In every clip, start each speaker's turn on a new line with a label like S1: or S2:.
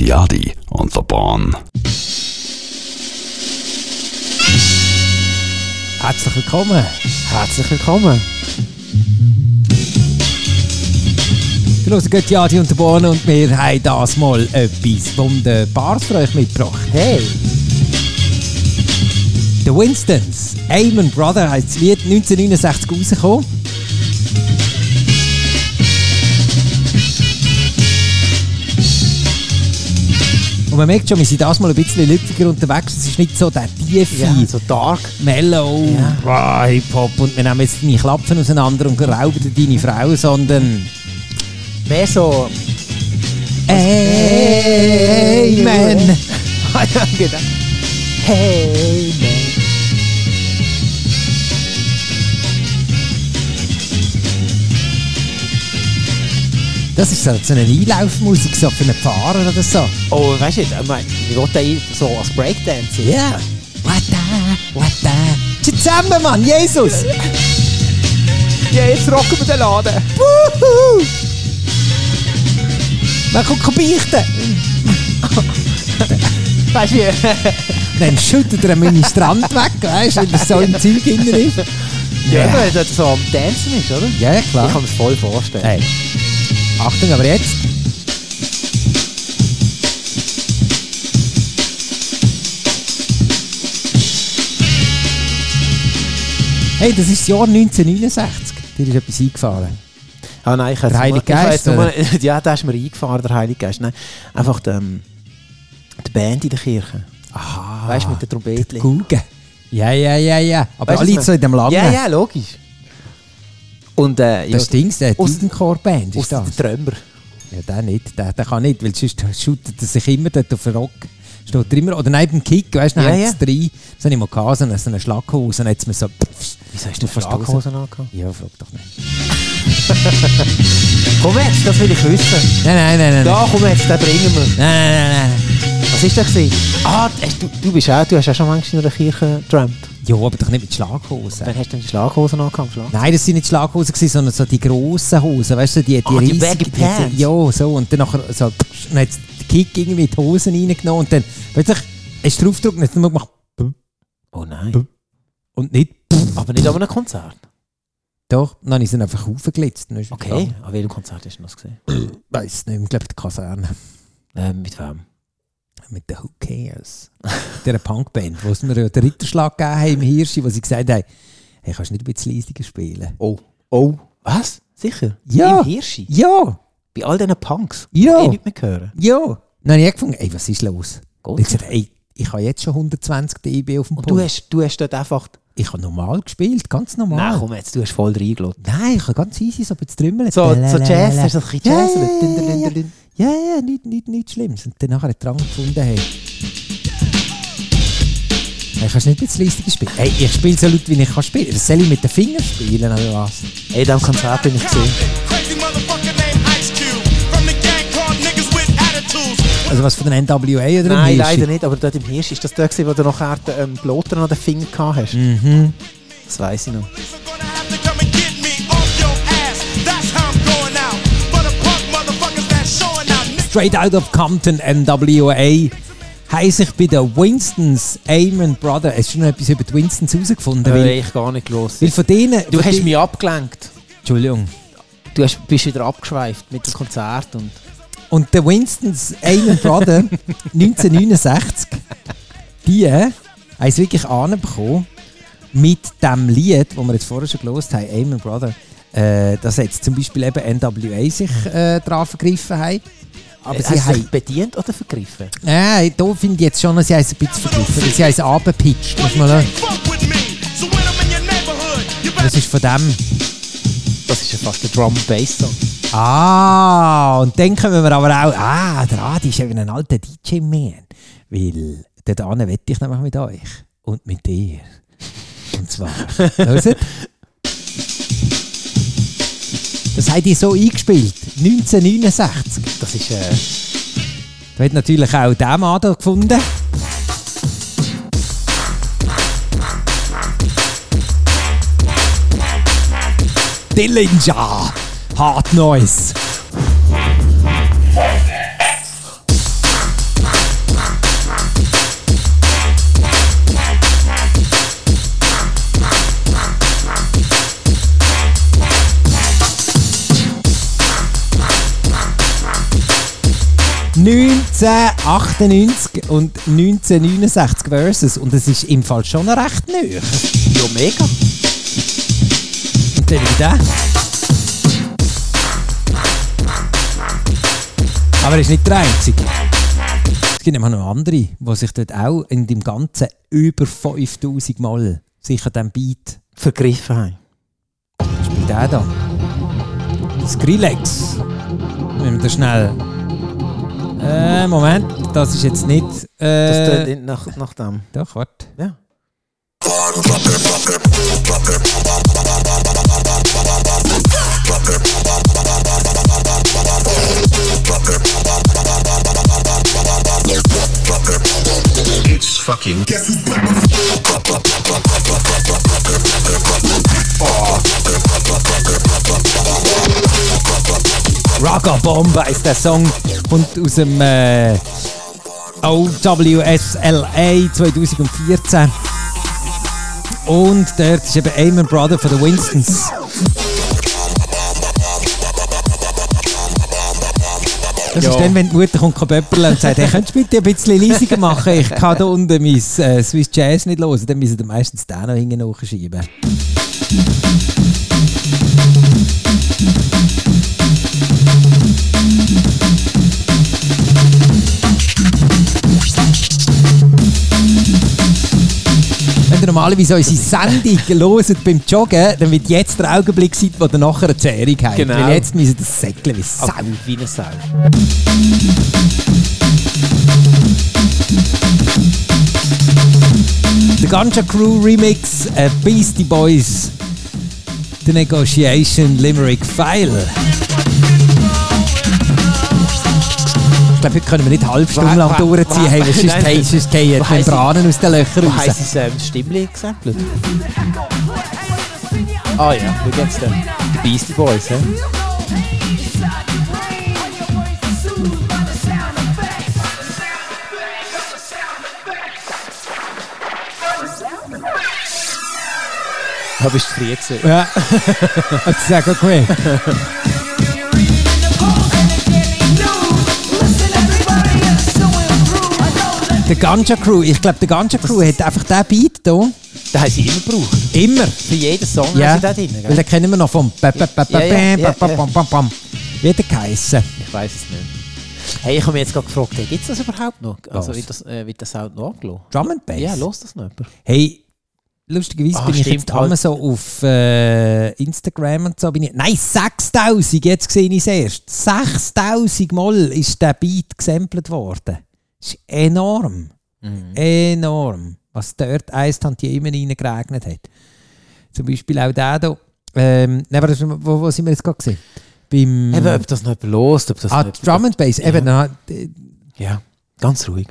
S1: Yadi und The Born.
S2: Herzlich willkommen. Herzlich willkommen. Du hörst Götti Adi und der Bohnen und wir haben das mal etwas Wunderbares für euch mitgebracht. Hey! The Winstons, Amen Brother heisst das Lied, 1969 rausgekommen. Und man merkt schon, wir sind das mal ein bisschen lüpfiger unterwegs. Es ist nicht so der tiefe,
S3: Ja, so dark.
S2: Mellow, wow, Hip-Hop und wir nehmen jetzt deine Klappen auseinander und rauben deine Frau, sondern
S3: Mehr so.
S2: Hey, man!
S3: Ah, ja, genau. Hey, man.
S2: Das ist so so eine Einlaufmusik so für einen Fahrer oder so.
S3: Oh, weißt du, jetzt, ich meine, wie geht der ein, so als Breakdancer?
S2: Ja. What the, what the. Zusammen, Mann, Jesus!
S3: Ja, jetzt rocken wir den Laden.
S2: Wuhu! Man kommt beichten.
S3: Weißt du, wie?
S2: Dann schüttet er einen Ministrant weg, weißt du, wenn er so im Zeug drin ist.
S3: Ja, yeah. wenn er so am Dancen ist, oder?
S2: Ja, klar.
S3: Ich kann mir das voll vorstellen.
S2: Hey. Achtung, aber jetzt. Hey, das ist das Jahr 1969. Dir ist etwas eingefahren.
S3: Ah, nein, ich
S2: Der Heilige Geist,
S3: ja, da ist mir eingefahren, der Heilige Geist. Nein, einfach die, ähm, die Band in der Kirche.
S2: Aha.
S3: Weißt du, mit der Trompete.
S2: Gugge. Ja, ja, ja, ja. Aber
S3: Weißt du,
S2: alle
S3: was
S2: so in dem Langen.
S3: Ja, ja, logisch. Und äh, ja,
S2: Das Ding, der
S3: Aus-
S2: Tidencore-Band
S3: aus
S2: ist
S3: der
S2: das.
S3: Trömmer.
S2: Ja, der nicht. Der, der kann nicht, weil sonst shootet er sich immer dort auf den Rock. Steht er immer, oder neben dem Kick, weißt du, dann
S3: Ja,
S2: ja,
S3: ja.
S2: ja. drei. So habe ich mal gehabt, so einen, so einen Schlaghose, und dann hat es mir so...
S3: Wieso hast
S2: du
S3: du
S2: Schlaghosen
S3: Schlaghosen angehabt?
S2: Ja, frag doch nicht.
S3: Komm jetzt, das will ich wissen.
S2: Nein, nein, nein, nein.
S3: Da, komm jetzt, den bringen wir.
S2: Nein, nein, nein, nein.
S3: Was ist das gewesen? Ah, hast du, du bist auch, du hast auch schon manchmal in einer Kirche getrampt.
S2: Ja, aber doch nicht mit Schlaghosen.
S3: Wann hast du denn die Schlaghosen angehabt? Schlag?
S2: Nein, das sind nicht Schlaghosen, gewesen, sondern so die grossen Hosen, weißt du, Oh, die, die
S3: Ah, die
S2: riesigen-
S3: Baggy Pants.
S2: Ja, so, und dann nachher so, psch, dann hat der Kick irgendwie in die Hosen reingenommen und dann plötzlich hast du draufgedrückt und hat es nur gemacht
S3: Oh nein.
S2: und nicht
S3: Aber nicht an einem Konzert.
S2: doch, dann habe ich sie einfach aufgeglitzt. Dann ist es
S3: Okay,
S2: gegangen.
S3: an welchem Konzert hast du das gesehen?
S2: Weiss nicht, ich glaube die Kaserne.
S3: Ähm, mit wem?
S2: Mit den Who Cares. Dieser Punkband, wo es mir ja den Ritterschlag gegeben haben im Hirschi, wo sie gesagt haben, hey, kannst du nicht ein bisschen leisiger spielen?
S3: Oh. Oh. Was? Sicher?
S2: Ja.
S3: Im Hirschi?
S2: Ja,
S3: Bei all diesen Punks?
S2: Ja.
S3: Ich nicht mehr hören.
S2: ja. Dann habe ich gefunden, ey, was ist los?
S3: Gut.
S2: Und ich gesagt, ey, ich habe jetzt schon 120 dB auf dem
S3: Und du
S2: Pult.
S3: hast, du hast dort einfach...
S2: Ich habe normal gespielt, ganz normal.
S3: Nein, komm jetzt, du hast voll reingelot.
S2: Nein, ich habe ganz easy so ein bisschen trümmeln.
S3: So, so Jazz, hast du ein bisschen
S2: Ja,
S3: Jazz?
S2: ja, ja,
S3: Dün,
S2: ja,
S3: dün, dün,
S2: ja.
S3: dün.
S2: Ja, ja, nichts nicht, nicht Schlimmes. Und dann nachher einen Drang gefunden haben. Hey, kannst du nicht ein bisschen leistiger spielen? Hey, ich spiele so laut, wie ich kann spielen. Was soll ich mit den Fingern spielen oder was?
S3: Ey, in diesem Konzert bin ich gesehen.
S4: Crazy motherfucker named Ice Cube. From the gang called niggas with attitudes.
S2: Also was von den NWA oder dem
S3: Nein,
S2: Hirschi?
S3: leider nicht, aber dort im Hirsch ist das der, gewesen, wo du nachher den ähm, Blotter an den Finger gehabt hast.
S2: Mhm.
S3: Das weiss ich noch.
S4: Police are gonna have to come and get me off your ass. That's how I'm going out. But the punk motherfuckers that showing out. Niggas
S2: Straight Out of Compton, NWA. Heiss ich bei den Winstons, Amen Brother. Hast du noch etwas über die Winstons herausgefunden?
S3: Weil
S2: Weil,
S3: ich gar nicht los.
S2: weil von denen...
S3: Äh, Du
S2: von
S3: hast
S2: die-
S3: mich abgelenkt.
S2: Entschuldigung.
S3: Du hast, bist wieder abgeschweift mit dem Konzert und
S2: Und der Winstons Amen Brother 1969, die äh, haben es wirklich anbekommen mit dem Lied, das wir jetzt vorher schon gelost haben, Amen Brother, äh, dass jetzt zum Beispiel eben NWA sich äh, dran vergriffen haben. Aber
S3: Äh,
S2: sie
S3: hast du dich
S2: haben.
S3: bedient oder vergriffen?
S2: Nein, da finde ich jetzt schon, dass sie haben es ein bisschen vergriffen. weil Sie haben es abgepitcht. Muss man schauen.
S4: can't fuck with me. So when I'm in your neighborhood, you
S2: Das
S4: better
S2: ist von dem.
S3: Das ist ja fast ein Drum Bass Song.
S2: Ah, und dann kommen wir aber auch. Ah, der Adi ist eben ein alter DJ-Man. Weil dort ane wette ich nämlich mit euch. Und mit dir. Und zwar. Hört? Das haben die so eingespielt. 1969.
S3: Das ist äh,
S2: Da hat natürlich auch der Mann da gefunden. Dillinger! Hard Noise! 1998 und 1969 versus. Und es ist im Fall schon recht neu.
S3: Ja, mega.
S2: Und dann wieder der. Aber er ist nicht der einzige. Es gibt nämlich noch andere, die sich dort auch in dem Ganzen über 5000 Mal sich an diesem Beat
S3: Vergriffen haben.
S2: spielt. Der da. Skrillex. Nehmen wir das schnell. Äh, Moment, das ist jetzt nicht.
S3: Das tönt
S2: Äh,
S3: nicht nach, nach dem.
S2: doch, warte.
S3: Ja.
S2: Raga Bomba ist der Song und aus dem äh, OWSLA 2014. Und dort ist eben Amen Brother von den Winstons. Das ist dann, wenn die Mutter kommt pöppeln und sagt, hey, könntest du bitte ein bisschen leisiger machen? Ich kann da unten mein äh, Swiss Jazz nicht hören. Dann müssen wir meistens den noch hinten nachschieben. Wenn ihr normalerweise unsere Sendung loset beim Joggen, dann wird jetzt der Augenblick sein, wo ihr nachher eine Zehrung habt.
S3: Genau.
S2: Weil jetzt müssen das säckeln wie Sau.
S3: wie eine Sau.
S2: Der Ganja Crew Remix, äh, Beastie Boys, The Negotiation, Limerick File. Ich glaube, heute können wir nicht eine halbe Stunde
S3: Wa-
S2: lang
S3: wa-
S2: durchziehen.
S3: wa-
S2: Hey, was ist
S3: Nein.
S2: hey, sonst gehen die
S3: Wa- heisst-
S2: Membranen aus den Löchern
S3: Wie
S2: raus.
S3: heisst es? Ähm, Stimmli gesampelt? Ah ja, wie geht's denn? Die Beastie Boys, hä? Da bist du frei gewesen.
S2: Ja, hat sie sehr gut gemacht. Der Ganja Crew, ich glaube, der Ganja Crew hat einfach diesen Beat hier.
S3: Den haben sie immer gebraucht.
S2: Immer.
S3: Für jeden Song
S2: Ja,
S3: haben sie den drin,
S2: weil
S3: gell?
S2: den kennen wir noch vom Ba- Ba- Ba- Ba-
S3: Ja, ja,
S2: Bam, Ba-
S3: ja,
S2: Ba-
S3: ja.
S2: Bam, Bam, Bam. Wie hat er geheissen?
S3: Ich weiß es nicht. Hey, ich habe mich jetzt gerade gefragt, hey, gibt es das überhaupt noch? Also
S2: Was?
S3: wird das, äh, wird das Sound noch abgelassen?
S2: Drum and Bass?
S3: Ja, los das noch jemand.
S2: Hey, lustigerweise
S3: Ah,
S2: bin ich
S3: stimmt,
S2: jetzt halt. so auf äh, Instagram und so. Bin ich, nein, 6000, jetzt sehe ich es erst. 6000 Mal ist der Beat gesampelt worden. Das ist enorm.
S3: Mhm.
S2: Enorm. Was dort eins die immer reingeregnet hat. Zum Beispiel auch der hier. Ähm, nein, warte, wo, wo sind wir jetzt gerade gesehen? Beim
S3: Eben, ob das noch jemand los, ob das
S2: ah,
S3: noch jemand-
S2: Drum and Bass. Eben, na, d-
S3: Ja, ganz ruhig.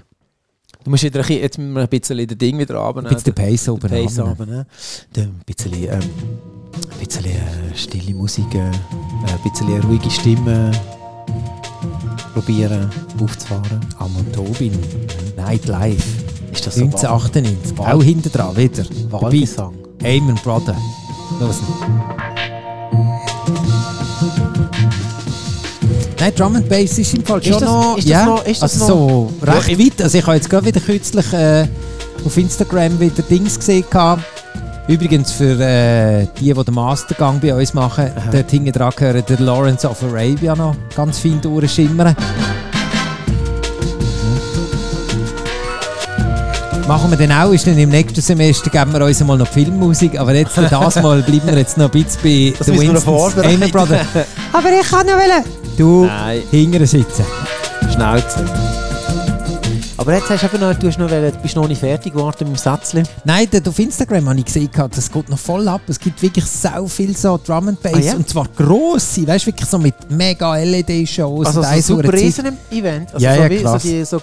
S3: Du musst wieder ein bisschen, jetzt müssen wir ein bisschen das Ding wieder runter.
S2: jetzt den Pace oben
S3: Pace
S2: haben.
S3: runter, ne? Dann ein bisschen, ähm, ein bisschen äh, stille Musik, äh, ein bisschen eine ruhige Stimme probieren aufzufahren.
S2: Am und Tobin. Nightlife.
S3: Ist das so?
S2: 1998.
S3: Wahl-
S2: Auch hinten dran wieder.
S3: Wahl- Wahlgesang.
S2: Amen Brother. Los. Nein, Drum and Bass ist im Fall
S3: Ist
S2: schon
S3: das-
S2: noch.
S3: ist das
S2: ja,
S3: noch- ist das
S2: also so recht weit. Also ich habe jetzt gerade wieder kürzlich äh, auf Instagram wieder Dings gesehen. gehabt. Übrigens für äh, die, die den Mastergang bei uns machen, dort hinten dran gehören der Lawrence of Arabia noch ganz fein durchschimmern. Machen wir dann auch, ist dann im nächsten Semester geben wir uns mal noch die Filmmusik, aber jetzt für das mal bleiben wir jetzt noch ein bisschen bei
S3: Das
S2: The
S3: müssen wir noch
S2: Winstons
S3: vorbereiten.
S2: Amen Brother. Aber ich kann noch wollen. Du,
S3: Nein.
S2: hinten sitzen.
S3: Schnauze. Aber jetzt hast du eben noch, du hast noch, wollen- du bist noch nicht fertig geworden mit dem Sätzchen.
S2: Nein, dort auf Instagram habe ich gesehen, gehabt, das geht noch voll ab. Es gibt wirklich so viel so Drum and Bass
S3: Ah, ja?
S2: und zwar grosse, weißt du, wirklich so mit mega LED-Shows
S3: Also
S2: und
S3: so
S2: ein so
S3: super
S2: einer Zeit.
S3: riesen Event. Also
S2: Ja,
S3: so
S2: ja,
S3: wie
S2: klasse.
S3: so die so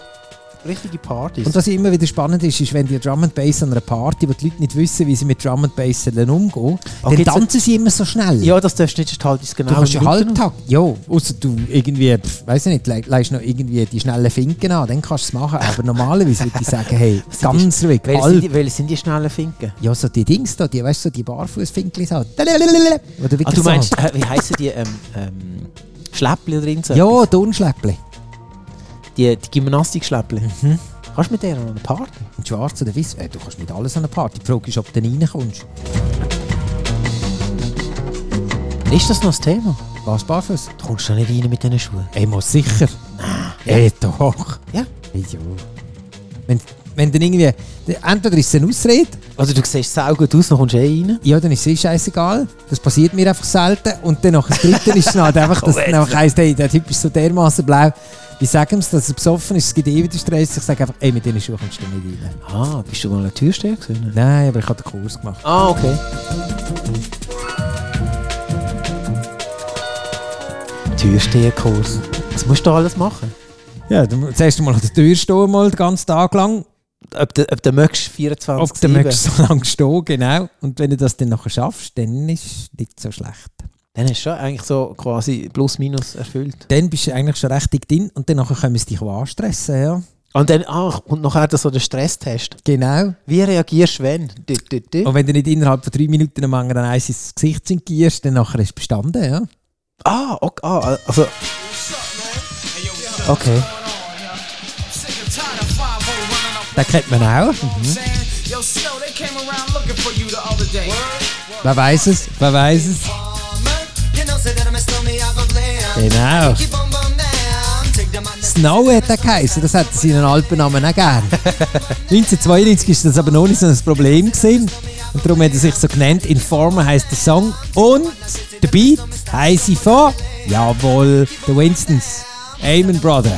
S3: richtige Partys.
S2: Und was immer wieder spannend ist, ist, wenn die Drum and Bass an einer Party, wo die Leute nicht wissen, wie sie mit Drum and Bass sollen umgehen,
S3: Ah,
S2: dann
S3: gibt's ein-
S2: tanzen sie immer so schnell.
S3: ja, das darfst du nicht, das ist halt bis genau
S2: Du kannst ja
S3: Minuten noch.
S2: Halbtakt, ja, außer du irgendwie, pff, weiss ich nicht, le leist noch irgendwie die schnellen Finken an, dann kannst du es machen. Aber normalerweise würde ich sagen, hey, ganz ruhig,
S3: Welche sind,
S2: halb.
S3: die, welche sind die schnellen Finken?
S2: Ja, so die Dings da, die, weißt du, so die Barfußfinken so. Lalalala. Wo
S3: Ah,
S2: wirklich
S3: du
S2: so-
S3: meinst, äh, wie heissen die? Ähm, ähm, Schläppli oder irgend so
S2: Ja,
S3: etwas?
S2: Turnschläppli.
S3: die, die Gymnastikschleppchen. Kannst du mit denen an eine Party?
S2: Ein Schwarz oder Weiß? Äh, du kannst mit alles an eine Party. Die Frage ist, ob du reinkommst.
S3: Ist das noch das Thema?
S2: Was barfuß?
S3: Du kommst doch nicht rein mit diesen Schuhen.
S2: Ey, muss sicher. Ey, doch.
S3: Ja.
S2: Ey, ja. Wenn, wenn dann irgendwie... Entweder ist es eine Ausrede,
S3: Also du siehst sau gut aus, dann kommst du eh rein.
S2: ja, dann ist es eh scheißegal. Das passiert mir einfach selten. Und dann noch das Dritte ist dann halt einfach, dass dann einfach heisst, hey, der Typ ist so dermaßen blau. Ich sage ihm, dass er besoffen ist, es gibt eh wieder Stress. Ich sage einfach, ey, mit diesen Schuhen kommst du nicht rein.
S3: Ah, bist du mal eine Türsteher gewesen?
S2: Nein, aber ich habe den Kurs gemacht.
S3: Ah, okay. Türsteherkurs. Was musst du da alles machen?
S2: Ja, du musst zuerst mal an der Tür stehen, mal den ganzen Tag lang.
S3: Ob du, ob du möchtest 24
S2: Ob du möchtest so lange stehen, genau. Und wenn du das dann nachher schaffst, dann ist es nicht so schlecht.
S3: Dann hast du schon eigentlich so quasi plus minus erfüllt.
S2: Dann bist du eigentlich schon richtig drin und dann nachher können wir es dich auch anstressen, ja.
S3: Und dann, ach, und nachher das so der Stresstest.
S2: Genau.
S3: Wie reagierst du, wenn? Du, du, du.
S2: Und wenn du nicht innerhalb von drei Minuten am anderen Eis ins Gesicht zinkierst, dann nachher ist es bestanden, ja.
S3: Ah, okay, ah, also, okay.
S4: oh
S2: Den kennt man auch.
S4: Mhm.
S5: Yo, Snow, they came around looking for you the other day.
S2: Wer weiß es? Wer weiß es? Genau. Snow hat er geheißen, das hätten sie in den Alpennamen auch gern. 1992 ist das aber noch nicht so ein Problem gewesen. Und darum hat er sich so genannt. Informer heißt der Song. Und der Beat heisse von, jawohl, The Winstons. Amen Brother.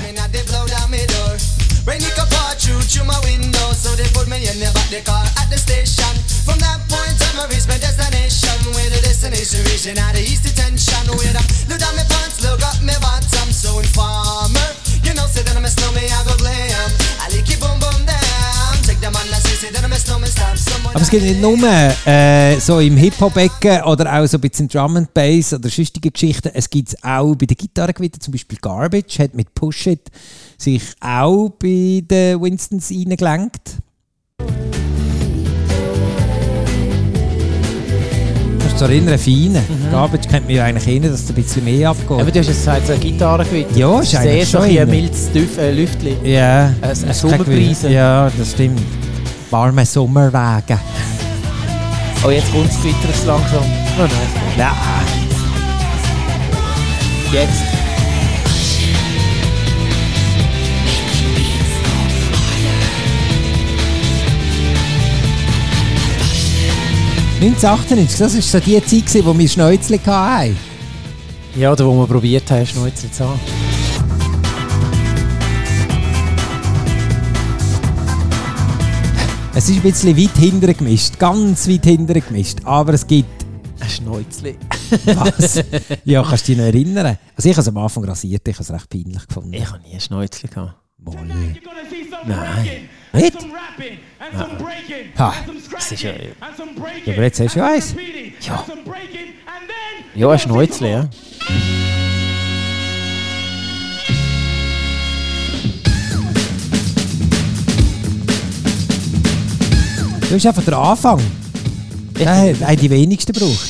S5: Region out of east detention with a look down my pants, look up my pants. I'm so informer. You know, say that I'm a snowman, I go glam. I like it boom boom down. Take them on, I say, say that I'm a snowman, stop someone.
S2: Aber es gibt nicht nur äh, so im Hip-Hop-Ecken oder auch so ein bisschen Drum and Bass oder sonstige Geschichten. Es gibt es auch bei den Gitarren wieder, zum Beispiel Garbage hat mit Push It sich auch bei den Winstons reingelenkt. Kannst du dich erinnern, feine. Garbage kennt man ja eigentlich eh nicht, dass es ein bisschen mehr
S3: Mhm. Aber
S2: abgeht.
S3: du hast jetzt gesagt, so eine Gitarre gewinnen.
S2: Ja, ist
S3: ist
S2: eigentlich
S3: eigentlich schon
S2: schon
S3: ein
S2: eine.
S3: mildes Tüf- äh, Lüftchen.
S2: Ja.
S3: Ein- ein
S2: das ist
S3: Sommerpreise.
S2: kein- Ja, das stimmt. Warme Sommerwagen.
S3: Oh, jetzt kommt es quittert langsam. Oh nein.
S2: Nein.
S3: Jetzt.
S2: Ja. 1998, das war so die Zeit, gewesen, wo wir Schnäuzchen hatten.
S3: Ja, da wo wir probiert haben, ist noch jetzt nicht so.
S2: Es ist ein bisschen weit hinten gemischt, ganz weit hinten gemischt. Aber es gibt
S3: Ein Schnäuzli.
S2: was. ja, kannst du dich noch erinnern? Also ich habe es am Anfang rasiert, ich habe es recht peinlich gefunden.
S3: Ich habe nie ein Schnäuzli gehabt.
S2: Moll.
S6: You're gonna see some
S3: Nein.
S6: rocking and
S2: Nicht?
S6: some rapping and some breaking
S2: Ha.
S6: and some
S3: Das ist ja-
S6: scratching and some breaking
S2: Ja, aber jetzt hast du ja
S6: and
S2: eins.
S6: some repeating
S3: Ja.
S6: and some breaking and then
S3: Ja, ein Schnäuzli, ja.
S2: Das ist einfach der Anfang. Ja, haben die wenigsten gebraucht.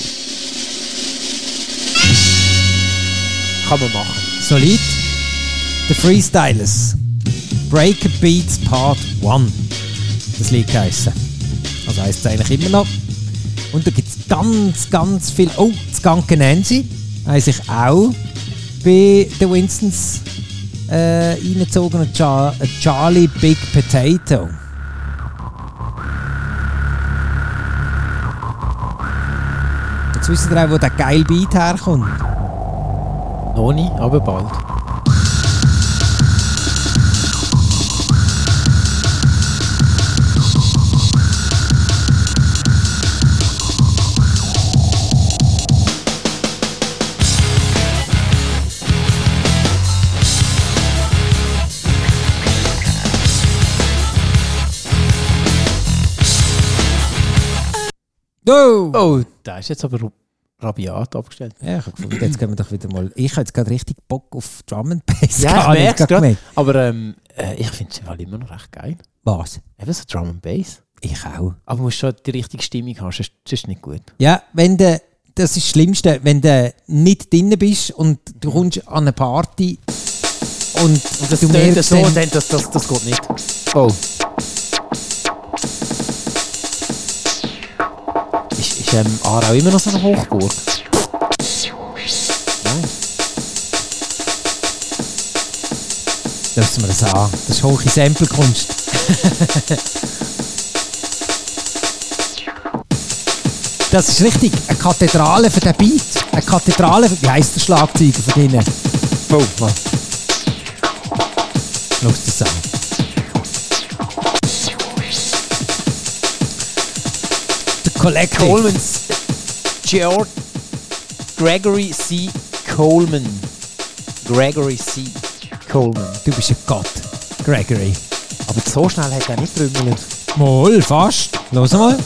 S3: Kann man machen.
S2: Solid. The Freestylers. Breaker Beats Part 1. Das Lied heissen. Also heisst es eigentlich immer noch. Und da gibt es ganz, ganz viel. Oh, das Ganke Nancy haben sich auch bei den Winstons äh, reingezogen. Und Cha äh, Charlie Big Potato. Jetzt wisst ihr auch, wo der geile Beat herkommt.
S3: Noch nie, aber bald.
S2: Oh!
S3: Oh, der ist jetzt aber rabiat abgestellt.
S2: Ja, ich habe gefunden, jetzt gehen wir doch wieder mal. Ich habe jetzt gerade richtig Bock auf Drum and Bass.
S3: Ja, ich
S2: Gar nicht,
S3: merk's
S2: gerade
S3: grad.
S2: gemerkt.
S3: Aber ähm, äh, ich finde es halt immer noch recht geil.
S2: Was?
S3: Eben so Drum and Bass.
S2: Ich auch.
S3: Aber du musst schon die richtige Stimmung haben, sonst sonst ist nicht gut.
S2: Ja, wenn du, das ist das Schlimmste, wenn du nicht drin bist und du kommst an eine Party Und,
S3: Und das
S2: du
S3: tönt
S2: merkst
S3: so,
S2: dann-
S3: dann, das, das, das geht nicht.
S2: Oh,
S3: Ist, ist ähm, Aarau immer noch so eine Hochburg? Nein.
S2: dürfen wir das an. Das ist hohe Samplekunst. Das ist richtig. Eine Kathedrale für den Beat. Eine Kathedrale für... Wie heisst der Schlagzeuger von denen?
S3: Oh, Mann.
S2: Los das an. The Collective.
S3: Coleman's George Gregory C. Coleman. Gregory C. Coleman.
S2: Du bist ein Gott, Gregory.
S3: Aber so schnell hat er nicht trümmelt.
S2: Mal, fast. Los mal.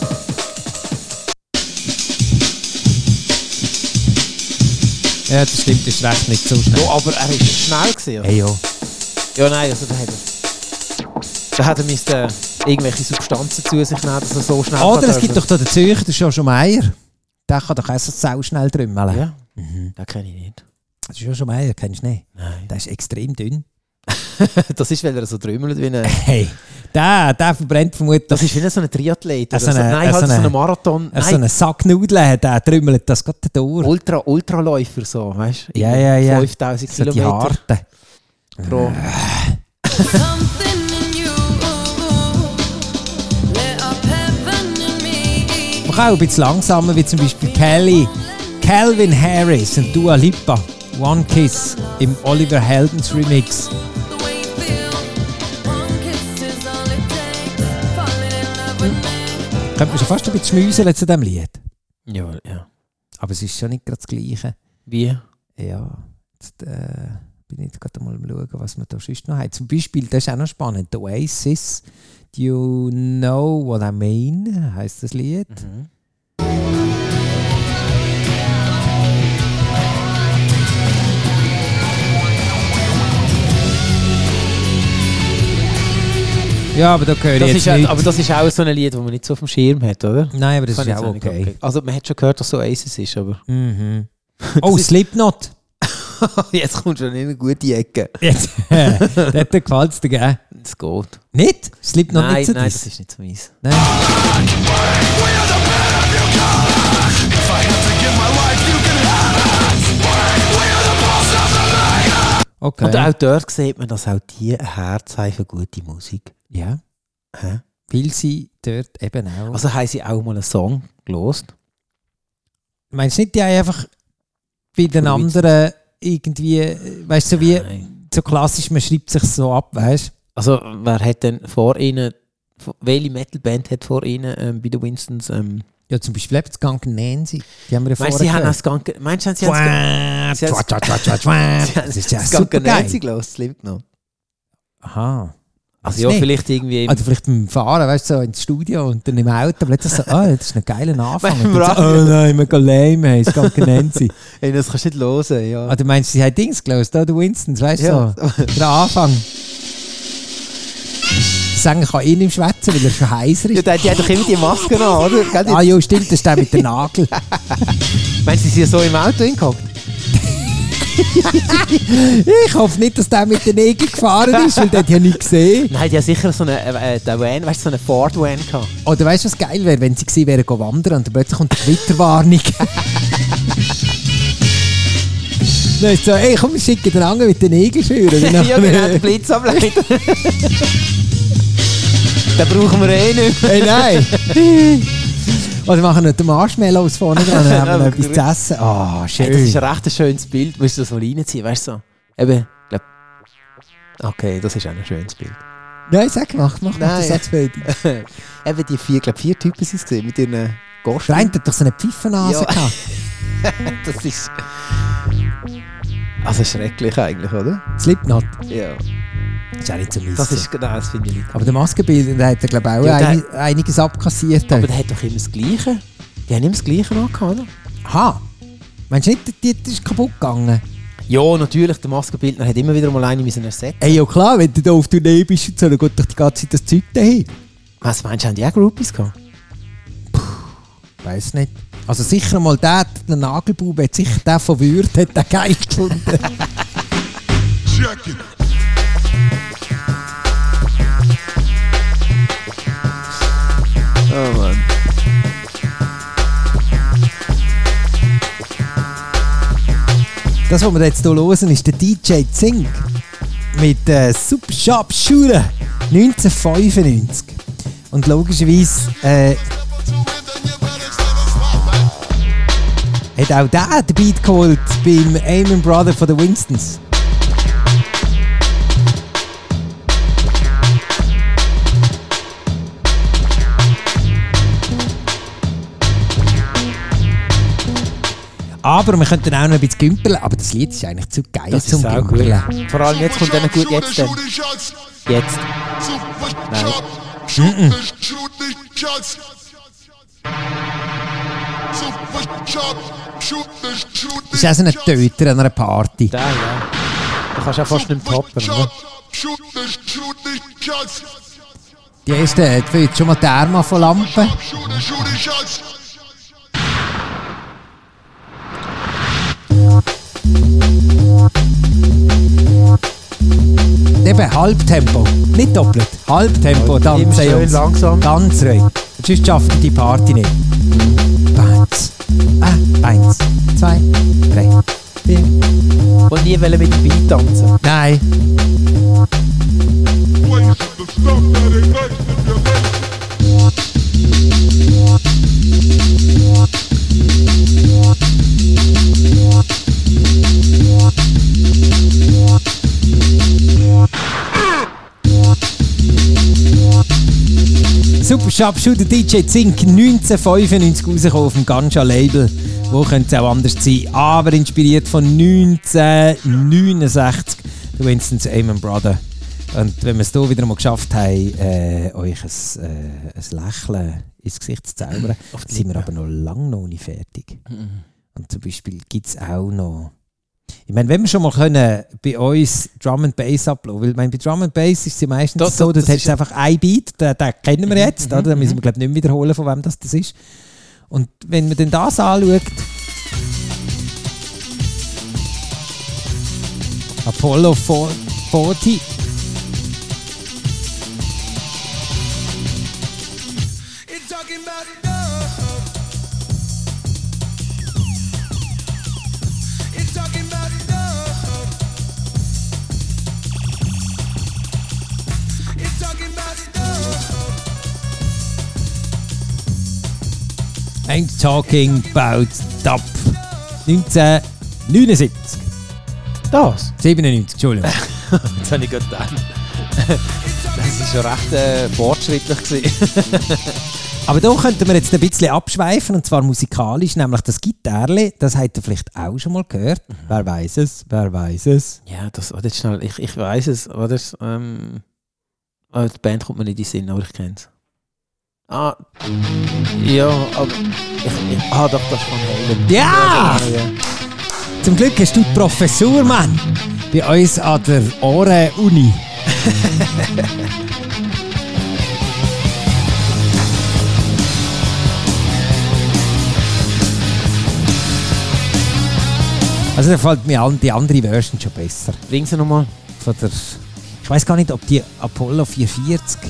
S2: Ja, das stimmt, ist recht nicht so schnell.
S3: Ja, aber er ist schnell gesehen.
S2: Hey, jo.
S3: Ja, nein, also da hat er. Da hat er müsste irgendwelche Substanzen zu sich nehmen, dass er so schnell
S2: Oder
S3: kann
S2: es gibt doch
S3: trümmeln.
S2: da den Zürcher, der schon Meier. Der kann doch auch so sau schnell drümmeln.
S3: Ja. Das kenne ich nicht.
S2: Das ist schon Meier, kennst du nicht?
S3: Nein.
S2: Der ist extrem dünn.
S3: Das ist, weil er so trümmelt wie ein.
S2: Hey, der, der verbrennt vermutlich.
S3: Das ist wie so ein Triathlet. Oder
S2: So
S3: so
S2: eine-
S3: nein,
S2: so
S3: halt so
S2: eine-
S3: ein Marathon.
S2: Nein. So
S3: Nein,
S2: einen Sack Nudeln hat, der trümmelt das gerade durch.
S3: Ultra, Ultraläufer so, weißt du?
S2: Ja, ja, Äh. ja.
S3: 5000
S2: So die
S3: Kilometer
S2: Harten.
S3: pro.
S7: Something in you lit up heaven in me.
S2: Man kann auch ein bisschen langsamer, wie zum Beispiel Kelly, Calvin Harris und Dua Lipa. One Kiss im Oliver Heldens Remix.
S7: The way you feel, one kiss is all it takes. Falling in love with me.
S2: Könnte man schon fast ein bisschen schmüseln zu diesem Lied.
S3: Ja, ja.
S2: Aber es ist schon nicht gerade das Gleiche.
S3: Wie?
S2: Ja, jetzt äh, bin ich jetzt gerade mal am schauen, was wir da sonst noch haben. Zum Beispiel, das ist auch noch spannend, The Oasis, Do You Know What I Mean, heisst das Lied.
S3: Mhm.
S2: Ja, aber da höre ich
S3: Das
S2: jetzt
S3: ist, ja-
S2: nichts.
S3: aber das ist auch so ein Lied, das man nicht so auf dem Schirm hat, oder?
S2: Nein, aber das ist
S3: Kann ich
S2: auch
S3: jetzt nicht
S2: okay.
S3: abgeben. Also man hat schon gehört, dass so Aces ist, aber
S2: Mhm. Oh,
S3: ist-
S2: Slipknot.
S3: jetzt kommt schon in eine gute Ecke.
S2: Jetzt, dort gefällt es dir, gell?
S3: Es geht.
S2: Nicht? Slipknot
S3: nein,
S2: nicht so
S3: nein,
S2: dies?
S3: das ist nicht so meins.
S2: Nein. Okay.
S3: Und auch dort sieht man, dass auch die ein Herz haben für gute Musik.
S2: ja.
S3: Hä?
S2: Weil sie dort eben auch.
S3: Also haben sie auch mal einen Song gelost.
S2: meinst du nicht, die haben einfach bei den
S3: Probiert.
S2: anderen irgendwie, äh, weißt du, so wie so klassisch, man schreibt sich so ab, weißt du?
S3: Also wer hat denn vor ihnen, welche Metalband hat vor ihnen ähm, bei den Winstons... Ähm,
S2: Ja, zum Beispiel eben das Gang Nancy. Die haben wir ja
S3: meinst
S2: vorher
S3: du, sie haben auch
S2: gehört.
S3: das Ganze... Meinst du, sie haben
S2: Quack,
S3: das sie haben's-
S2: quack, quack, quack, quack.
S3: Sie haben
S2: Das ist ja
S3: das Ganze Nancy
S2: super
S3: gelost, Slipknot?
S2: Aha.
S3: Also
S2: Weiß
S3: ja,
S2: nicht.
S3: vielleicht irgendwie... im-
S2: Oder Also vielleicht beim Fahren, weißt du, so ins Studio und dann im Auto plötzlich so, ah, das ist ein geiler Anfang.
S3: Weißt du,
S2: Und dann so,
S3: Radio-
S2: oh nein, mega lame, hey, das geht genannt sein.
S3: Ey, das kannst du nicht hören, ja.
S2: Ah, du meinst, sie haben Dings gelöst, oder? Winstons, weißt du,
S3: Ja.
S2: so, der Anfang. Der Sänger kann eh nicht mehr schwätzen, weil er schon heiser
S3: Ja,
S2: ist.
S3: der, die hat doch immer die Maske an, oder? Gell, die-
S2: ah ja, stimmt, das ist der mit dem Nagel.
S3: Meinst du, sie sind so im Auto hingehockt?
S2: Ich hoffe nicht, dass der mit den Nägeln gefahren ist, weil der hat ja nicht gesehen.
S3: Nein, die haben sicher so eine äh, äh, den Van, weißt du, so eine Ford Van gehabt.
S2: Oder weißt du, was geil wäre, wenn sie gewesen wären, go wandern und dann plötzlich kommt eine Gewitterwarnung. Dann ist so, ey, komm, wir schicken den anderen mit den Nägeln schüren.
S3: ja, genau, der Blitzableiter. den brauchen wir eh nicht.
S2: Hey, nein! Oder machen wir den Marshmallows vorne dran, dann haben wir noch etwas zu essen. Ah, schön.
S3: Hey, das ist ein recht schönes Bild, musst du das mal reinziehen, weißt du? So. Eben, glaub. Okay, das ist auch ein schönes Bild.
S2: nein, sag, mach, mach, mach
S3: Nein.
S2: das jetzt fertig.
S3: Eben die vier, glaub vier Typen sind es gewesen, mit ihren äh, Gosch.
S2: Der eine hat doch so eine Pfeifennase
S3: Ja.
S2: gehabt.
S3: Das ist. Also schrecklich eigentlich, oder?
S2: Slipknot.
S3: Ja.
S2: Das ist auch nicht so mies.
S3: Das ist genau, das finde ich nicht.
S2: Aber der Maskenbilder, der hat er, glaube ich, auch
S3: Ja, der-
S2: ein, einiges abkassiert.
S3: Aber der hat doch immer das Gleiche. Die haben immer das Gleiche angehabt, oder?
S2: Aha! Meinst du nicht, die, die ist kaputt gegangen?
S3: Ja, natürlich, der Maskenbildner hat immer wieder mal eine müssen ersetzen.
S2: Ey, ja klar, wenn du da auf Tournee bist, und so, dann geht doch die ganze Zeit das Zeug dahin.
S3: Was meinst du, haben die auch Groupies gehabt?
S2: Weiß nicht. Also sicher mal der, der Nagelbube, hat sicher der von Würth, hat den geil gefunden.
S4: Check it.
S3: Oh Mann.
S2: Das, was wir jetzt hier hören, ist der DJ Zink mit äh, Super Sharp Shooter 1995. Und logischerweise äh, hat auch der den Beat geholt beim Amen Brother von den Winstons. Aber wir könnten auch noch ein bisschen gümpeln, aber das Lied ist eigentlich zu geil
S3: Das
S2: zum
S3: ist auch gut.
S2: Gümpeln.
S3: Vor allem jetzt kommt dann gut jetzt dann. Jetzt.
S2: Das ist auch so ein Töter an einer Party.
S3: Da, ja. Du kannst auch fast nicht mehr toppen. Oder?
S2: Die erste hat vielleicht schon mal die Arme von Lampen. Eben Halbtempo, nicht doppelt. Halbtempo,
S3: Immer
S2: tanzen
S3: schön
S2: Jungs.
S3: langsam.
S2: Ganz ruhig. Und sonst schaffen die Party nicht. Eins, äh, eins, zwei, drei, vier.
S3: Und nie wollen mit dabei tanzen.
S2: Nein. Super Sharpshooter DJ Zink 1995 rausgekommen auf dem Ganja Label. Wo könnte es auch anders sein? Aber inspiriert von 1969, der Winston's Amen Brother. Und wenn wir es hier wieder mal geschafft haben, äh, euch ein, äh, ein Lächeln ins Gesicht zu zaubern, sind wir aber noch lange noch nicht fertig. Und zum Beispiel gibt es auch noch. Ich meine, wenn wir schon mal können, bei uns Drum and Bass uploaden, weil ich meine, bei Drum and Bass ist es ja meistens
S3: Das-
S2: so, dass
S3: das
S2: das
S3: ist Mhm,
S2: jetzt einfach ein Beat, den, den kennen wir jetzt, oder? Den müssen wir glaube ich nicht mehr wiederholen, von wem das, das ist. Und wenn man dann das anschaut, Apollo 4- 40, I'm talking about DAP 1979,
S3: Das?
S2: 97, Entschuldigung.
S3: Jetzt habe ich gerade gedacht. Das war schon recht äh, fortschrittlich. Gewesen.
S2: Aber da könnten wir jetzt ein bisschen abschweifen, und zwar musikalisch, nämlich das Gitarre, das habt ihr vielleicht auch schon mal gehört. Wer weiß es, wer weiß es.
S3: Ja, das, warte jetzt schnell. Ich, ich weiß es. Oder? Ähm, ah, die Band kommt mir nicht in den Sinn, aber ich kenne es. Ah, ja, aber. Ich, ich, ah, doch, das ist von Halen.
S2: Ja! Zum Glück hast du die Professur, Mann, bei uns an der Ohren-Uni. Also da fällt mir an, die andere Version schon besser.
S3: Bring sie nochmal.
S2: von der. Ich weiß gar nicht, ob die Apollo 440,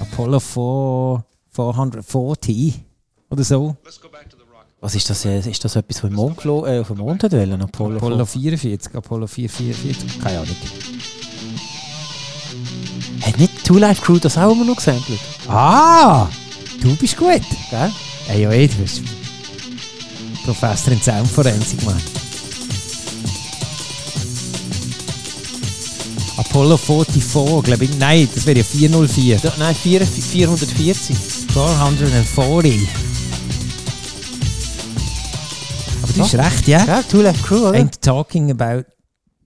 S2: Apollo 4, 440 oder so.
S3: Was ist das? äh, Ist das etwas, was im Mond, gelo- äh, auf dem Mond hat wollen? Apollo?
S2: Apollo 44, Apollo 444, keine Ahnung.
S3: Hat nicht Two Life Crew das auch immer noch gesampelt?
S2: Ah! Du bist gut!
S3: Gell?
S2: Hey, ja, eh, du bist Professor in Soundforensik, Mann. Apollo 44, glaube ich. Nein, das wäre ja 404.
S3: Da, nein, vier- 440.
S2: 440. Aber du hast recht, ja?
S3: Ja, Two Life Crew, oder?
S2: Ain't talking about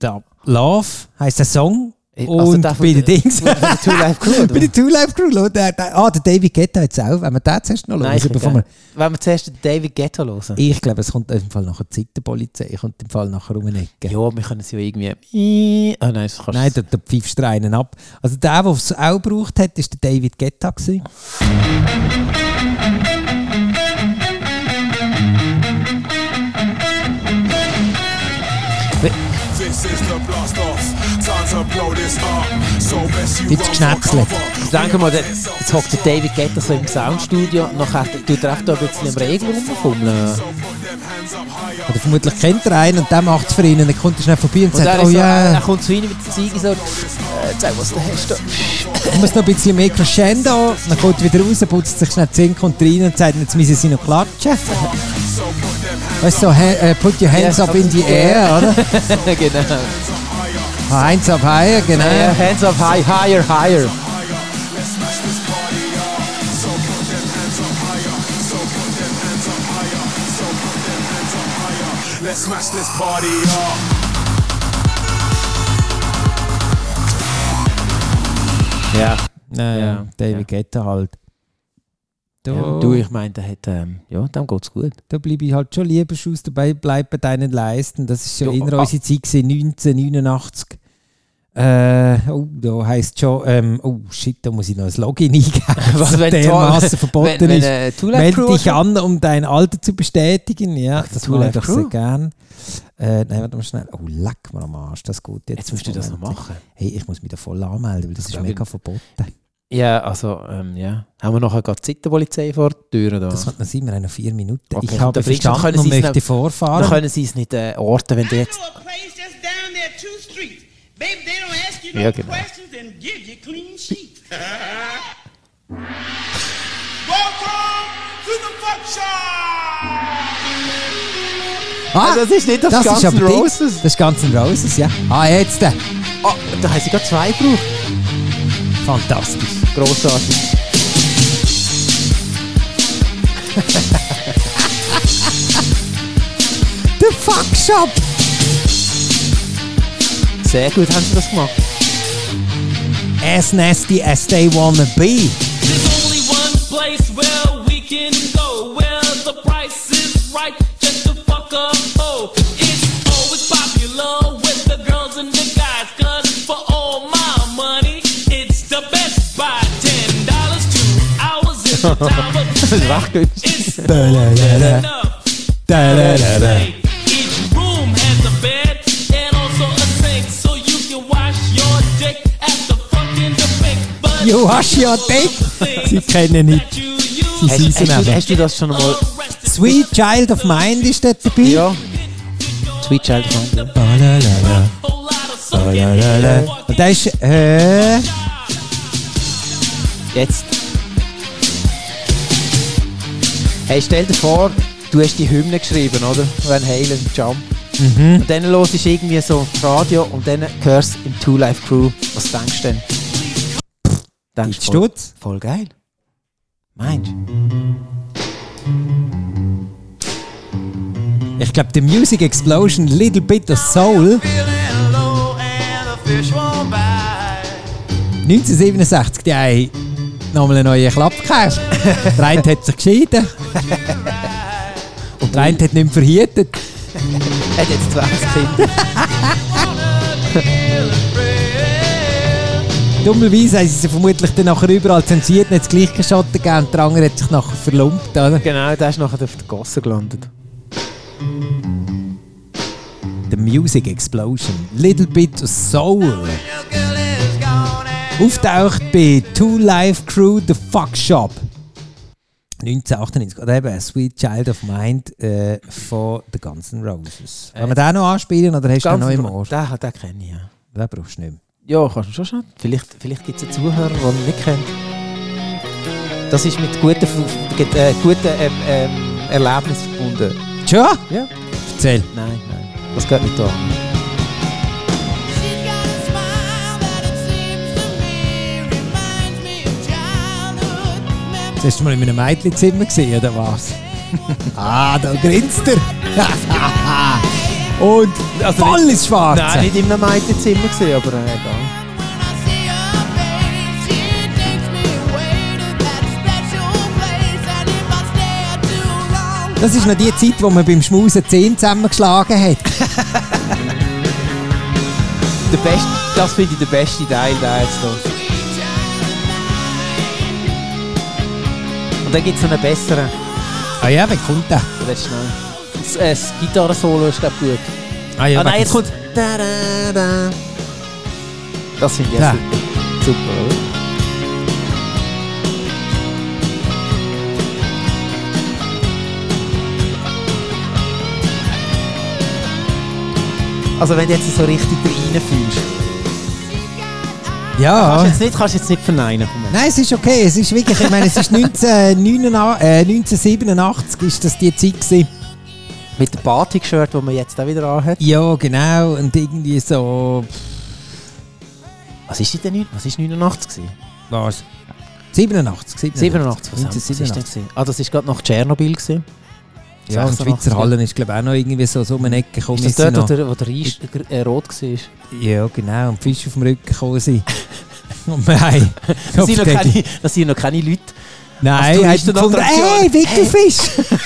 S2: the love heisst der Song.
S3: Ey, also
S2: und
S3: der von
S2: bei den
S3: der-
S2: Dings.
S3: von der Two Life Crew, oder
S2: bei der Two Life Crew. schau, Der, der, ah, der David Guetta jetzt auch. Wenn wir den zuerst noch hören,
S3: ich
S2: bevor wir,
S3: Wenn wir zuerst den David Guetta hören.
S2: ich glaube, es kommt im Fall nachher die Zeitenpolizei. Kommt im Fall nachher um eine Ecke.
S3: Ja, wir können es ja irgendwie. Ah, nein, das kannst
S2: Nein, da, da pfeifst du einen ab. Also der, der es auch gebraucht hat, war der David Guetta. Gewesen.
S4: This is the blast off. Time's
S2: Gibt's Geschnäpsle?
S3: Denke mal, der, jetzt hockt der David Guetta so im Soundstudio, nachher tut er echt da ein bisschen im Regen rumfummeln.
S2: Oder vermutlich kennt er einen und der macht es für ihn. Und dann kommt er schnell vorbei und,
S3: Und
S2: sagt,
S3: er,
S2: oh
S3: ist so,
S2: ja,
S3: er kommt zu ihnen mit der Ziege so, äh, zeig, was du hast. da.
S2: ich muss noch ein bisschen mehr Crescendo. Dann kommt er wieder raus, putzt sich schnell die Zähne, kommt rein und sagt, jetzt müssen sie noch klatschen. Weißt du, so, he- äh, put your hands
S3: Ja,
S2: up in the air, oder?
S3: genau.
S2: Hands up higher, genau.
S3: Äh, hands up high, higher, higher.
S4: Let's smash this party up.
S3: Ja.
S2: Nein,
S3: Ja,
S2: David Guetta halt. Da,
S3: Du, ich meine, der hat, ähm, ja, dem geht's gut.
S2: da bleibe ich halt schon lieber Schuss dabei, bleib bei deinen Leisten. Das ist ja
S3: Ja,
S2: in
S3: ah.
S2: unserer Zeit gewesen, 1989. Äh, oh, da heisst schon, ähm, oh shit, da muss ich noch ein Login eingeben, was
S3: wenn
S2: dermaßen
S3: Tor-
S2: verboten
S3: wenn, wenn,
S2: ist.
S3: äh, Too Late
S2: Melde
S3: Crew-
S2: dich an, um dein Alter zu bestätigen. Ja, das
S3: Too
S2: mache ich
S3: Late
S2: doch sehr
S3: Crew.
S2: gern. Äh, nein, warte mal schnell. Oh, leck mir am Arsch, das geht jetzt.
S3: Jetzt musst du das noch machen.
S2: Hey, ich muss mich da voll anmelden, weil das ist
S3: Ja,
S2: mega
S3: weil- Ah.
S2: verboten.
S3: Ja, also, ähm, ja. Haben wir nachher gerade die Sittenpolizei vor der Tür? Da?
S2: Das könnte man sein, wir haben noch vier Minuten.
S3: Okay,
S2: ich habe
S3: dann bringst du-
S2: verstanden
S3: können
S2: und
S3: Sie es
S2: möchte
S3: noch- Dann
S2: vorfahren.
S3: können sie es nicht äh, orten, wenn du
S8: I
S3: jetzt...
S8: know a place just down there, two streets. Baby, they don't ask you no
S3: Yeah, okay.
S8: questions and give you clean sheets. Welcome to the fuck shop.
S2: Ah,
S3: das Also ist nicht das Guns N'
S2: aber
S3: Roses.
S2: Das ist Guns N' Roses, ja. Ah, jetzt. äh,
S3: Ah, da haben sie gerade zwei gebraucht.
S2: Fantastisch.
S3: Grossartig.
S2: The Fuck Shop.
S3: Sehr gut haben sie das gemacht.
S2: As nasty as they wanna be.
S9: There's only one place where we can go, where the price is right, just to fuck up. Oh, it's always popular with the girls and the guys, cause for all my money, it's the best buy. Ten dollars, two hours is the time of the day.
S3: Ach, gut.
S9: It's
S2: Da, da, da, da,
S9: enough.
S2: da, da, da, da.
S9: Each room has a bed and also a sink, so you can wash your dick after fucking the bank. But
S2: You wash your dick? Sie kennen nicht. Sie
S9: Hey,
S2: sind
S3: Hast,
S2: sie
S3: hast, du,
S2: aber.
S3: hast du das schon mal...
S2: Sweet Child of Mine ist dort dabei.
S3: Ja. Sweet Child of Mine.
S2: Ba, la, la, la. Ba, la, la, la. Und da ist, äh,
S3: Jetzt. Hey, stell dir vor, du hast die Hymne geschrieben, oder? Van Halen, Jump.
S2: Mhm.
S3: Und dann los ist irgendwie so Radio und dann hörst du im Two Life Crew. Was denkst du denn? Denkst
S2: die Stutz.
S3: Voll geil. Meinst du?
S2: Ich glaube, The Music Explosion, Little Bit of Soul. 1967, die haben nochmal einen neuen Klapp gekauft. Der eine hat sich geschieden. Und der eine hat nicht mehr verhütet.
S3: Hat jetzt 20 Kinder.
S2: Dummerweise haben sie sie vermutlich dann nachher überall zensiert und hat das gleiche geschotten gegeben. Und der andere hat sich nachher verlumpt. Oder?
S3: genau, der ist nachher auf der Gasse gelandet.
S2: The Music Explosion, Little Bit of Soul. Auftaucht bei Two Life Crew, The Fuck Shop. 1998, oder eben Sweet Child of Mind äh, von The Guns N' Roses.
S3: Äh,
S2: Wollen wir den noch anspielen oder hast du den noch im Ohr?
S3: Den, genau. den kenne ich, ja.
S2: Den brauchst du nicht mehr.
S3: Ja, kannst du schon schauen. Vielleicht, vielleicht gibt es einen Zuhörer, den er nicht kennt. Das ist mit guten, F- mit, äh, guten ähm, ähm, Erlebnissen verbunden.
S2: Tja,
S3: Ja?
S2: erzähl.
S3: Nein, nein. Das geht nicht an.
S2: Hast du mal in einem Mädchenzimmer gesehen, oder was? ah, da grinst er. Und voll ins Schwarze.
S3: Nein, Also nicht in einem Meitenzimmer gesehen, aber äh, egal.
S2: Das ist noch die Zeit, wo man beim Schmusen 10 zusammengeschlagen hat.
S3: Der beste, das finde ich der beste Teil da jetzt noch. Und dann gibt es noch einen besseren.
S2: Ah ja, wer kommt der?
S3: Der wird schnell. Das, äh, das Gitarrensolo ist glaub ich, gut.
S2: Ah ja,
S3: ah nein,
S2: wegen-
S3: jetzt kommt. Da, da, da. Das finde ich
S2: Ja.
S3: jetzt super, oder? Also wenn du jetzt so richtig reinfühlst. Kannst
S2: Ja.
S3: du jetzt nicht, kannst du jetzt nicht verneinen. Moment.
S2: Nein, es ist okay. Es ist wirklich, ich meine, es ist 1989, äh, 1987 ist das die Zeit gewesen.
S3: Mit dem Batik-Shirt, das man jetzt auch wieder anhat.
S2: Ja, genau. Und irgendwie so.
S3: Was ist denn neun- Was ist 89 gewesen?
S2: Was? 87,
S3: 87, was, haben- was ist denn
S2: 1987.
S3: gewesen? Ah, das ist gerade nach Tschernobyl gewesen.
S2: Ja, und
S3: 86.
S2: Schweizer Hallen ist, glaube ich, auch noch irgendwie so, so um eine Ecke gekommen.
S3: Ist
S2: wir
S3: das
S2: sind
S3: dort, wo
S2: noch-
S3: der, wo der Reis äh, rot war?
S2: Ja, genau. Und Fisch auf dem Rücken gekommen sind. Und wir haben.
S3: Das sind, noch keine, das sind noch keine Leute.
S2: Nein,
S3: Als
S2: hast du gefunden,
S3: Touristenattraktion.
S2: hey, Wickelfisch!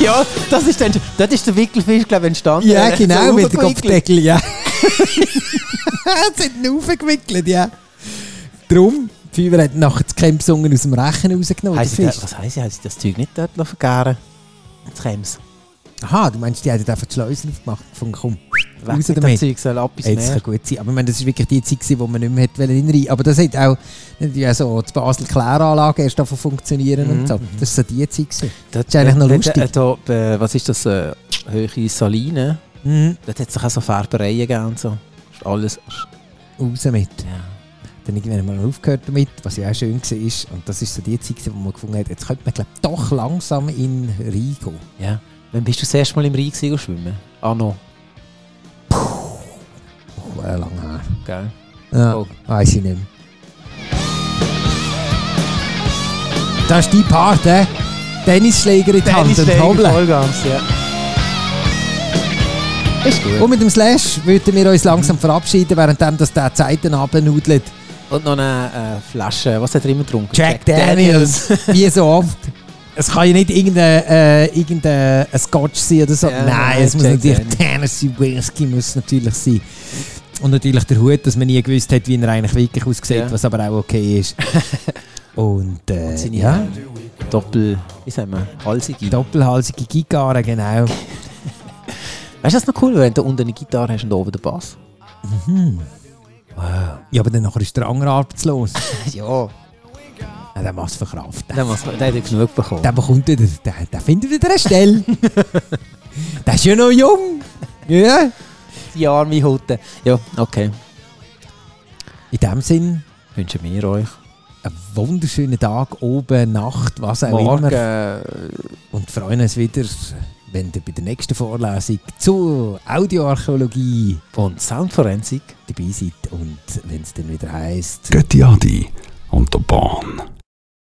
S3: Ja, das ist dann, dort ist der Wickelfisch, glaube ich, entstanden. Er
S2: ja,
S3: hat äh, so
S2: genau, mit dem
S3: aufgewickelt.
S2: Kopfdeckel, ja. Sie hat ihn aufgewickelt, ja. Drum, die Fieber hat nachher das Camp gesungen aus dem Rechen rausgenommen,
S3: Heisst
S2: den
S3: der-
S2: Fisch.
S3: Was heisst das? Heisst das Zeug nicht dort lassen vergären? Jetzt käm's.
S2: Aha, du meinst, die haben einfach die Schleusen aufgemacht, von komm,
S3: Weg
S2: raus
S3: mit dem
S2: damit.
S3: Zeug, soll ab ins
S2: Hey, das
S3: Meer.
S2: kann gut sein. Aber ich meine, das war wirklich die Zeit, gewesen, wo man nicht mehr hätte wollen rein Aber das hat auch ja, so die Basel-Kläranlage erst davon funktionieren
S3: Mhm,
S2: und so. Das war so die Zeit. gewesen.
S3: Das
S2: ist eigentlich noch lustig.
S3: da, äh, was ist das? Äh, höhere Saline.
S2: Mhm.
S3: Dort hat es doch auch so Färbereien gegeben und so. Ist alles...
S2: Raus damit.
S3: Ja.
S2: Dann irgendwann mal aufgehört damit, was ja auch schön war. Und das war so die Zeit, gewesen, wo man gefunden hat, jetzt könnte man glaub, doch langsam in Rhein gehen.
S3: ja. Wann bist du das erste Mal im Rhein gewesen, schwimmen? Ah, no.
S2: Oh, äh, lang her.
S3: Gell?
S2: Ja,
S3: Oh.
S2: weiss ich nicht mehr. Das ist dein Part, eh? Tennisschläger in die Hand und hobeln.
S3: Vollgas, ja. Ist gut.
S2: Und mit dem Slash würden wir uns langsam verabschieden, währenddem das der Zeiten abnudelt.
S3: Und noch eine äh, Flasche. Was hat er immer getrunken?
S2: Jack Daniels. Wie so oft. Es kann ja nicht irgendein, äh, irgendein ein Scotch sein oder so.
S3: Ja,
S2: Nein,
S3: nein,
S2: es muss
S3: Jack
S2: natürlich Tennessee Whisky muss natürlich sein. Und natürlich der Hut, dass man nie gewusst hat, wie er eigentlich wirklich aussieht,
S3: Ja.
S2: was aber auch okay ist. Und, äh,
S3: seine
S2: ja,
S3: Doppel... Wie sagen wir? Halsige.
S2: doppelhalsige Gigarre, genau.
S3: Weißt du, das ist noch cool, wenn du unten eine Gitarre hast und oben den Bass.
S2: Ja, aber dann nachher ist der andere arbeitslos.
S3: ja.
S2: Ja, der muss verkraften.
S3: Dann, muss man, dann hat er genug bekommen.
S2: Der bekommt wieder, der, der findet wieder eine Stelle. der ist ja noch jung. Ja.
S3: die arme Hutte. Ja, okay.
S2: In dem Sinn,
S3: Wünschen wir euch.
S2: einen wunderschönen Tag, oben, Nacht, was auch immer.
S3: Morgen.
S2: Und freuen uns wieder, wenn ihr bei der nächsten Vorlesung zur Audioarchäologie
S3: Und Soundforensik.
S2: dabei seid und wenn es dann wieder heisst.
S1: Götti Adi und der Bahn.